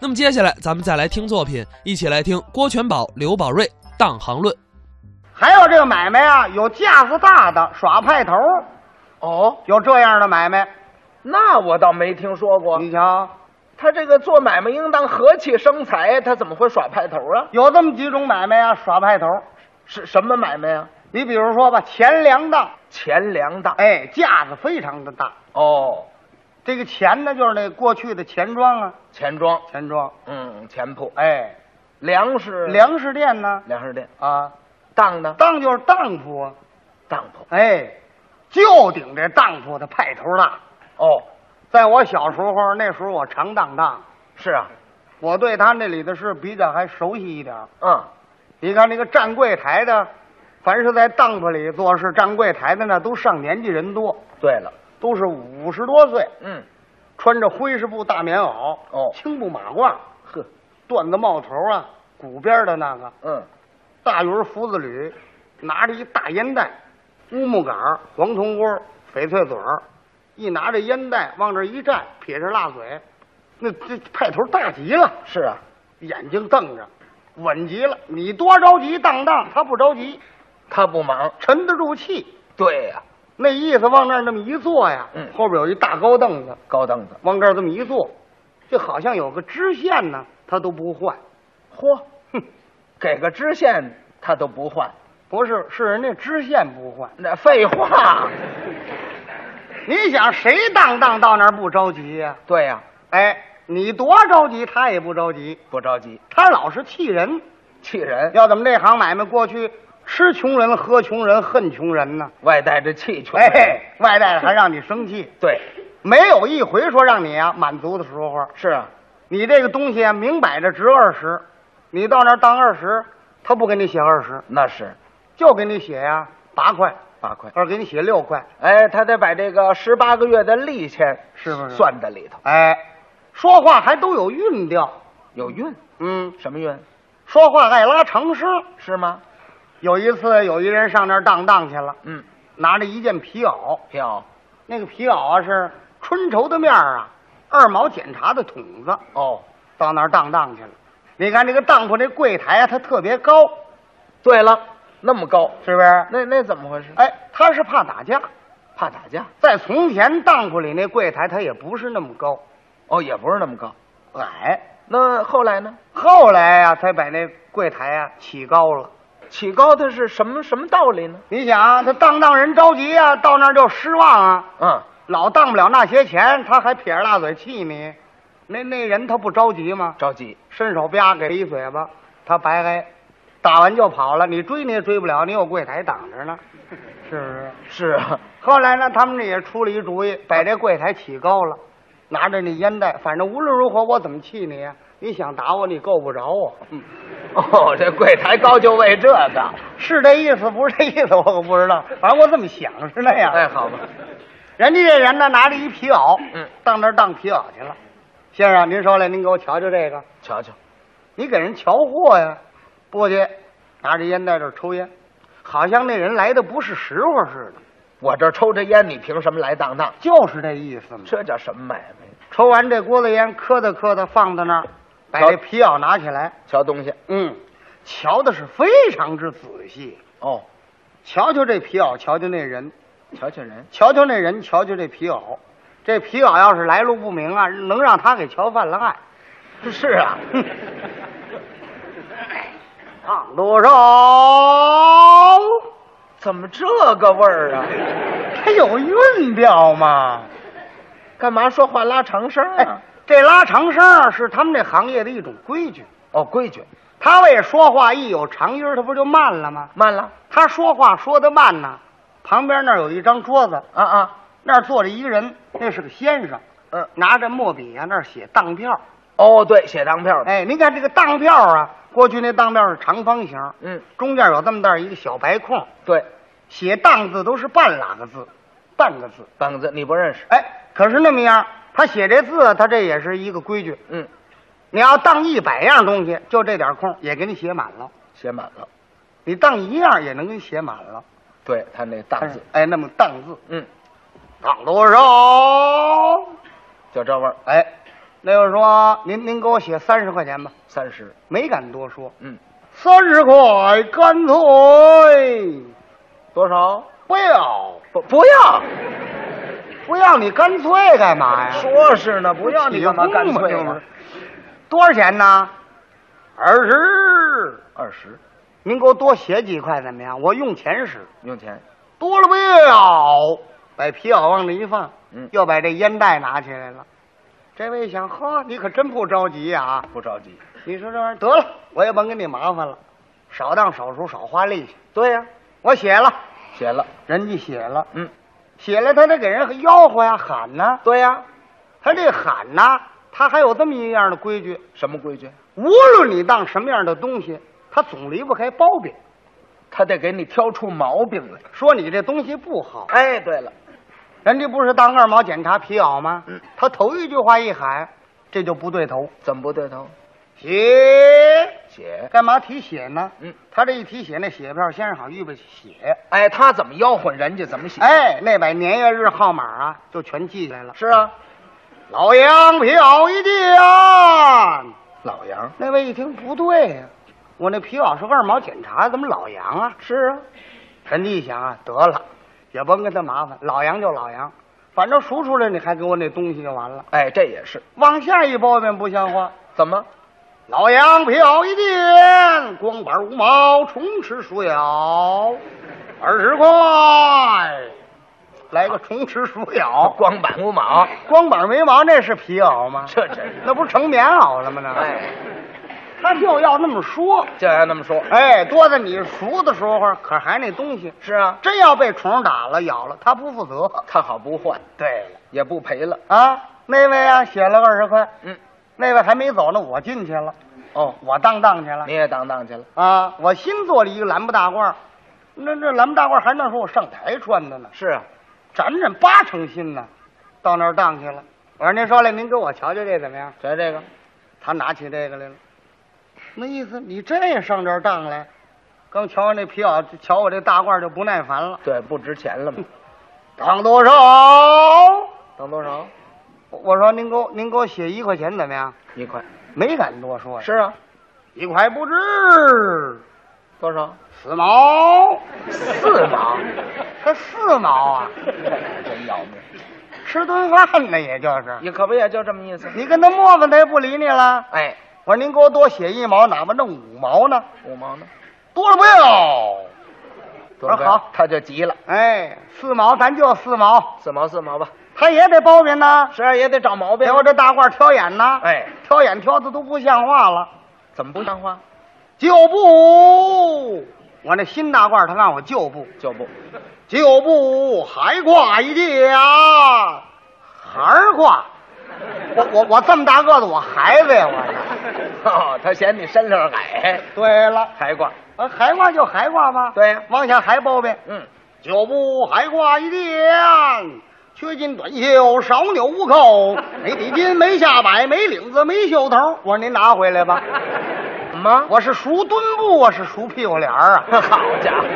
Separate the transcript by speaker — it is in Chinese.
Speaker 1: 那么接下来咱们再来听作品，一起来听郭全宝、刘宝瑞《当行论》。
Speaker 2: 还有这个买卖啊，有架子大的耍派头，
Speaker 3: 哦，
Speaker 2: 有这样的买卖。
Speaker 3: 那我倒没听说过。
Speaker 2: 你瞧，
Speaker 3: 他这个做买卖应当和气生财，他怎么会耍派头啊？
Speaker 2: 有这么几种买卖啊，耍派头。
Speaker 3: 是什么买卖啊？
Speaker 2: 你比如说吧，钱粮当，
Speaker 3: 钱粮当。
Speaker 2: 哎，架子非常的大。
Speaker 3: 哦，
Speaker 2: 这个钱呢，就是那过去的钱庄啊，
Speaker 3: 钱庄。
Speaker 2: 钱庄。
Speaker 3: 嗯，钱铺。
Speaker 2: 哎，
Speaker 3: 粮食。
Speaker 2: 粮食店呢，
Speaker 3: 粮食店。
Speaker 2: 啊，
Speaker 3: 当呢？
Speaker 2: 当就是当铺啊。
Speaker 3: 当铺。
Speaker 2: 哎，就顶这当铺的派头大。
Speaker 3: 哦，
Speaker 2: 在我小时候，那时候我常当当，
Speaker 3: 是啊。
Speaker 2: 我对他那里的事比较还熟悉一点儿。
Speaker 3: 嗯，
Speaker 2: 你看那个站柜台的，凡是在当铺里做事站柜台的呢，都上年纪人多，
Speaker 3: 对了。
Speaker 2: 都是五十多岁，
Speaker 3: 嗯，
Speaker 2: 穿着灰式布大棉袄，
Speaker 3: 哦
Speaker 2: 青布马褂，
Speaker 3: 呵，
Speaker 2: 缎子帽头啊，鼓边的那个
Speaker 3: 嗯，
Speaker 2: 大云福子履，拿着一大烟袋，乌木杆儿黄铜锅，翡翠嘴儿，一拿着烟袋往这一站，撇着辣嘴，那这派头大极了，
Speaker 3: 是啊。
Speaker 2: 眼睛瞪着，稳极了。你多着急当当，他不着急，
Speaker 3: 他不忙。
Speaker 2: 沉得住气。
Speaker 3: 对呀、
Speaker 2: 那意思往那儿那么一坐呀，
Speaker 3: 嗯
Speaker 2: 后边有一大高凳子，
Speaker 3: 高凳子。
Speaker 2: 往这儿这么一坐，就好像有个支线呢，他都不换。
Speaker 3: 嚯，
Speaker 2: 哼，
Speaker 3: 给个支线他都不换，
Speaker 2: 不是，是人家支线不换。
Speaker 3: 那废话。
Speaker 2: 你想谁当当到那儿不着急呀、
Speaker 3: 对呀、
Speaker 2: 哎，你多着急，他也不着急，
Speaker 3: 不着急，
Speaker 2: 他老是气人。
Speaker 3: 气人，
Speaker 2: 要怎么这行买卖过去，吃穷人、喝穷人、恨穷人呢？
Speaker 3: 外带着气球。
Speaker 2: 哎，外带的还让你生气，
Speaker 3: 对，
Speaker 2: 没有一回说让你啊满足的时候。
Speaker 3: 是啊，
Speaker 2: 你这个东西啊，明摆着值二十，你到那儿当二十，他不给你写二十，
Speaker 3: 那是
Speaker 2: 就给你写呀、八块，
Speaker 3: 八块。
Speaker 2: 或者给你写六块。
Speaker 3: 哎，他得把这个十八个月的利钱
Speaker 2: 是不是
Speaker 3: 算在里头？
Speaker 2: 哎，说话还都有韵调，
Speaker 3: 有运，
Speaker 2: 嗯，
Speaker 3: 什么运？
Speaker 2: 说话爱拉长声。
Speaker 3: 是吗？
Speaker 2: 有一次，有一人上那儿当当去了，
Speaker 3: 嗯，
Speaker 2: 拿着一件皮袄，
Speaker 3: 票
Speaker 2: 那个皮袄啊是春绸的面儿啊，二毛检查的筒子，
Speaker 3: 哦。
Speaker 2: 到那儿当当去了。你看这个当铺这柜台啊，它特别高，
Speaker 3: 对了，那么高，
Speaker 2: 是不是？
Speaker 3: 那那怎么回事？
Speaker 2: 哎，他是怕打架。
Speaker 3: 怕打架？
Speaker 2: 在从前当铺里那柜台，它也不是那么高，
Speaker 3: 哦，也不是那么高。
Speaker 2: 矮。
Speaker 3: 那后来呢？
Speaker 2: 后来呀、才把那柜台呀、起高了。
Speaker 3: 起高它是什么什么道理呢？
Speaker 2: 你想啊，他当当人着急啊，到那儿就失望啊，
Speaker 3: 嗯，
Speaker 2: 老当不了那些钱，他还撇着大嘴气你。那那人他不着急吗？
Speaker 3: 着急。
Speaker 2: 伸手啪给一嘴巴，他白挨，打完就跑了。你追你也追不了，你有柜台挡着呢，是不是？
Speaker 3: 是啊，
Speaker 2: 后来呢，他们也出了一主意，把这柜台起高了，拿着那烟袋，反正无论如何，我怎么气你啊？你想打我，你够不着我。嗯，
Speaker 3: 哦，这柜台高就为这个。
Speaker 2: 是这意思，不是这意思，我可不知道。反正我这么想是那样。
Speaker 3: 哎，好吧，
Speaker 2: 人家这人呢，拿着一皮袄，
Speaker 3: 嗯，
Speaker 2: 到那儿当皮袄去了。先生，您说来，您给我瞧瞧这个，
Speaker 3: 瞧瞧，
Speaker 2: 你给人瞧货呀？过去，拿着烟袋这儿抽烟，好像那人来的不是时候似的，
Speaker 3: 我这抽着烟，你凭什么来当当？
Speaker 2: 就是这意思嘛。
Speaker 3: 这叫什么买卖？
Speaker 2: 抽完这锅子烟，磕哒磕哒放到那儿，把这皮袄拿起来，
Speaker 3: 瞧东西
Speaker 2: 嗯，瞧的是非常之仔细。
Speaker 3: 哦，
Speaker 2: 瞧瞧这皮袄，瞧瞧那人，
Speaker 3: 瞧瞧人，
Speaker 2: 瞧瞧那人，瞧瞧这皮袄。这皮袄要是来路不明啊，能让他给瞧犯了案。
Speaker 3: 是啊，
Speaker 2: 哼胖多少？
Speaker 3: 怎么这个味儿啊？
Speaker 2: 他有韵调嘛？
Speaker 3: 干嘛说话拉长声
Speaker 2: 哎
Speaker 3: 啊？，
Speaker 2: 这拉长声啊是他们这行业的一种规矩。
Speaker 3: 哦，规矩，
Speaker 2: 他为说话一有长音儿，他不就慢了吗？
Speaker 3: 慢了
Speaker 2: 他说话说得慢呐，旁边那儿有一张桌子，
Speaker 3: 啊啊，
Speaker 2: 那儿坐着一个人，那是个先生，
Speaker 3: 嗯，
Speaker 2: 拿着墨笔啊，那儿写当票。
Speaker 3: 哦，对，写当票的，
Speaker 2: 哎，您看这个当票啊，过去那当票是长方形，
Speaker 3: 嗯，
Speaker 2: 中间有这么大一个小白空，
Speaker 3: 对，
Speaker 2: 写当字都是半拉个字，半个字。
Speaker 3: 半个字你不认识，
Speaker 2: 哎，可是那么样，他写这字啊，他这也是一个规矩。
Speaker 3: 嗯，
Speaker 2: 你要当一百样东西，就这点空也给你写满了；
Speaker 3: 写满了，
Speaker 2: 你当一样也能给你写满了。
Speaker 3: 对他那当字，
Speaker 2: 哎，那么当字
Speaker 3: 嗯，
Speaker 2: 当多少？
Speaker 3: 就这味儿，
Speaker 2: 哎，那就说您您给我写三十块钱吧，
Speaker 3: 三十，
Speaker 2: 没敢多说，
Speaker 3: 嗯，
Speaker 2: 三十块干脆
Speaker 3: 多少？
Speaker 2: 不要，
Speaker 3: 不不要，
Speaker 2: 不要你干脆干嘛哎呀？
Speaker 3: 说是呢，不要你干嘛
Speaker 2: 起哄
Speaker 3: 干
Speaker 2: 嘛
Speaker 3: 脆啊
Speaker 2: 这不
Speaker 3: 呢
Speaker 2: 是？多少钱呢？二十，
Speaker 3: 二十，
Speaker 2: 您给我多写几块怎么样？我用钱使，
Speaker 3: 用钱，
Speaker 2: 多了不要。把皮袄往那一放，
Speaker 3: 嗯
Speaker 2: 又把这烟袋拿起来了。这位一想，呵，你可真不着急呀、啊！
Speaker 3: 不着急。
Speaker 2: 你说这玩意儿得了，我也甭跟你麻烦了，少当少数，少花力气。
Speaker 3: 对呀、
Speaker 2: 我写了，
Speaker 3: 写了，
Speaker 2: 人家写了，
Speaker 3: 嗯，
Speaker 2: 写了他得给人吆喝呀、喊呐、
Speaker 3: 对呀、
Speaker 2: 他这喊呐、他还有这么一样的规矩：
Speaker 3: 什么规矩？
Speaker 2: 无论你当什么样的东西，他总离不开包庇，
Speaker 3: 他得给你挑出毛病来。
Speaker 2: 说你这东西不好。
Speaker 3: 哎，对了，
Speaker 2: 人家不是当二毛检查皮袄吗？
Speaker 3: 嗯
Speaker 2: 他头一句话一喊，这就不对头。
Speaker 3: 怎么不对头？
Speaker 2: 写，
Speaker 3: 写，
Speaker 2: 干嘛提血呢？
Speaker 3: 嗯，
Speaker 2: 他这一提血，那血票先生好预备血，
Speaker 3: 哎，他怎么吆喝人家怎么写？，
Speaker 2: 哎，那把年月日号码啊，就全记下来了。
Speaker 3: 是啊，
Speaker 2: 老杨皮袄一件。
Speaker 3: 老杨
Speaker 2: 那位一听不对呀、我那皮袄是二毛检查，怎么老杨啊？
Speaker 3: 是啊，
Speaker 2: 陈弟一想啊，得了，也甭跟他麻烦，老杨就老杨，反正赎出来你还给我那东西就完了。
Speaker 3: 哎，这也是
Speaker 2: 往下一包便不像话，
Speaker 3: 怎么？
Speaker 2: 老杨皮袄一件，光板无毛，虫吃鼠咬，二十块，来个虫吃鼠 咬。
Speaker 3: 光板无毛，
Speaker 2: 光板没毛，那是皮袄吗？
Speaker 3: 这真是
Speaker 2: 那不是成棉袄了吗？那，
Speaker 3: 哎，
Speaker 2: 他就要那么说。
Speaker 3: 就要那么说。
Speaker 2: 哎，多在你熟的时候，可还那东西，
Speaker 3: 是啊，
Speaker 2: 真要被虫打了、咬了，他不负责。
Speaker 3: 看好不换，
Speaker 2: 对了，
Speaker 3: 也不赔了。
Speaker 2: 啊，那位啊，写了二十块，
Speaker 3: 嗯，
Speaker 2: 那位还没走呢，我进去了，
Speaker 3: 哦，
Speaker 2: 我当当去了
Speaker 3: 你。也当当去了。
Speaker 2: 啊，我新做了一个蓝布大褂儿，那那蓝布大褂儿还那时候我上台穿的呢，
Speaker 3: 是啊，
Speaker 2: 整整八成新呢，到那儿当去了。我说您说来，您给我瞧瞧这怎么样？
Speaker 3: 咱这个
Speaker 2: 他拿起这个来了，那意思你这也上这儿当来？刚瞧完那皮袄，瞧我这大褂儿就不耐烦了。
Speaker 3: 对不值钱了嘛？
Speaker 2: 当多少？
Speaker 3: 当多少？
Speaker 2: 我说您给我您给我写一块钱怎么样？
Speaker 3: 一块。
Speaker 2: 没敢多说呀，
Speaker 3: 是啊，
Speaker 2: 一块不值，
Speaker 3: 多少？
Speaker 2: 四毛，
Speaker 3: 四毛。
Speaker 2: 才四毛啊！
Speaker 3: 真要命！
Speaker 2: 吃顿饭呢，也就是
Speaker 3: 你可不也就这么意思？
Speaker 2: 你跟他磨磨，他也不理你了。
Speaker 3: 哎，
Speaker 2: 我说您给我多写一毛，哪怕弄五毛呢，
Speaker 3: 五毛呢？
Speaker 2: 多了不要。
Speaker 3: 多少
Speaker 2: 啊好
Speaker 3: 他就急了，
Speaker 2: 哎，四毛咱就四毛，
Speaker 3: 四毛四毛吧。
Speaker 2: 他也得包贬呢。
Speaker 3: 是啊，也得找毛病
Speaker 2: 给。我这大褂挑眼呢，
Speaker 3: 哎，
Speaker 2: 挑眼挑的都不像话了。
Speaker 3: 怎么不像话？
Speaker 2: 旧布，我那新大褂他让我旧布，
Speaker 3: 就不
Speaker 2: 旧布还挂一件，孩儿挂。我我我这么大个子，我孩子呀，我。
Speaker 3: 哦，他嫌你身上矮，
Speaker 2: 对了，
Speaker 3: 还挂。
Speaker 2: 啊还挂就还挂吧。
Speaker 3: 对呀
Speaker 2: 往下还包呗。
Speaker 3: 嗯，
Speaker 2: 旧布还挂一件，缺斤短袖，少纽无扣，没底襟，没下摆，没领子，没袖头。我说您拿回来吧。
Speaker 3: 怎么？
Speaker 2: 我是熟墩布，我是熟屁股脸儿啊！
Speaker 3: 好家伙，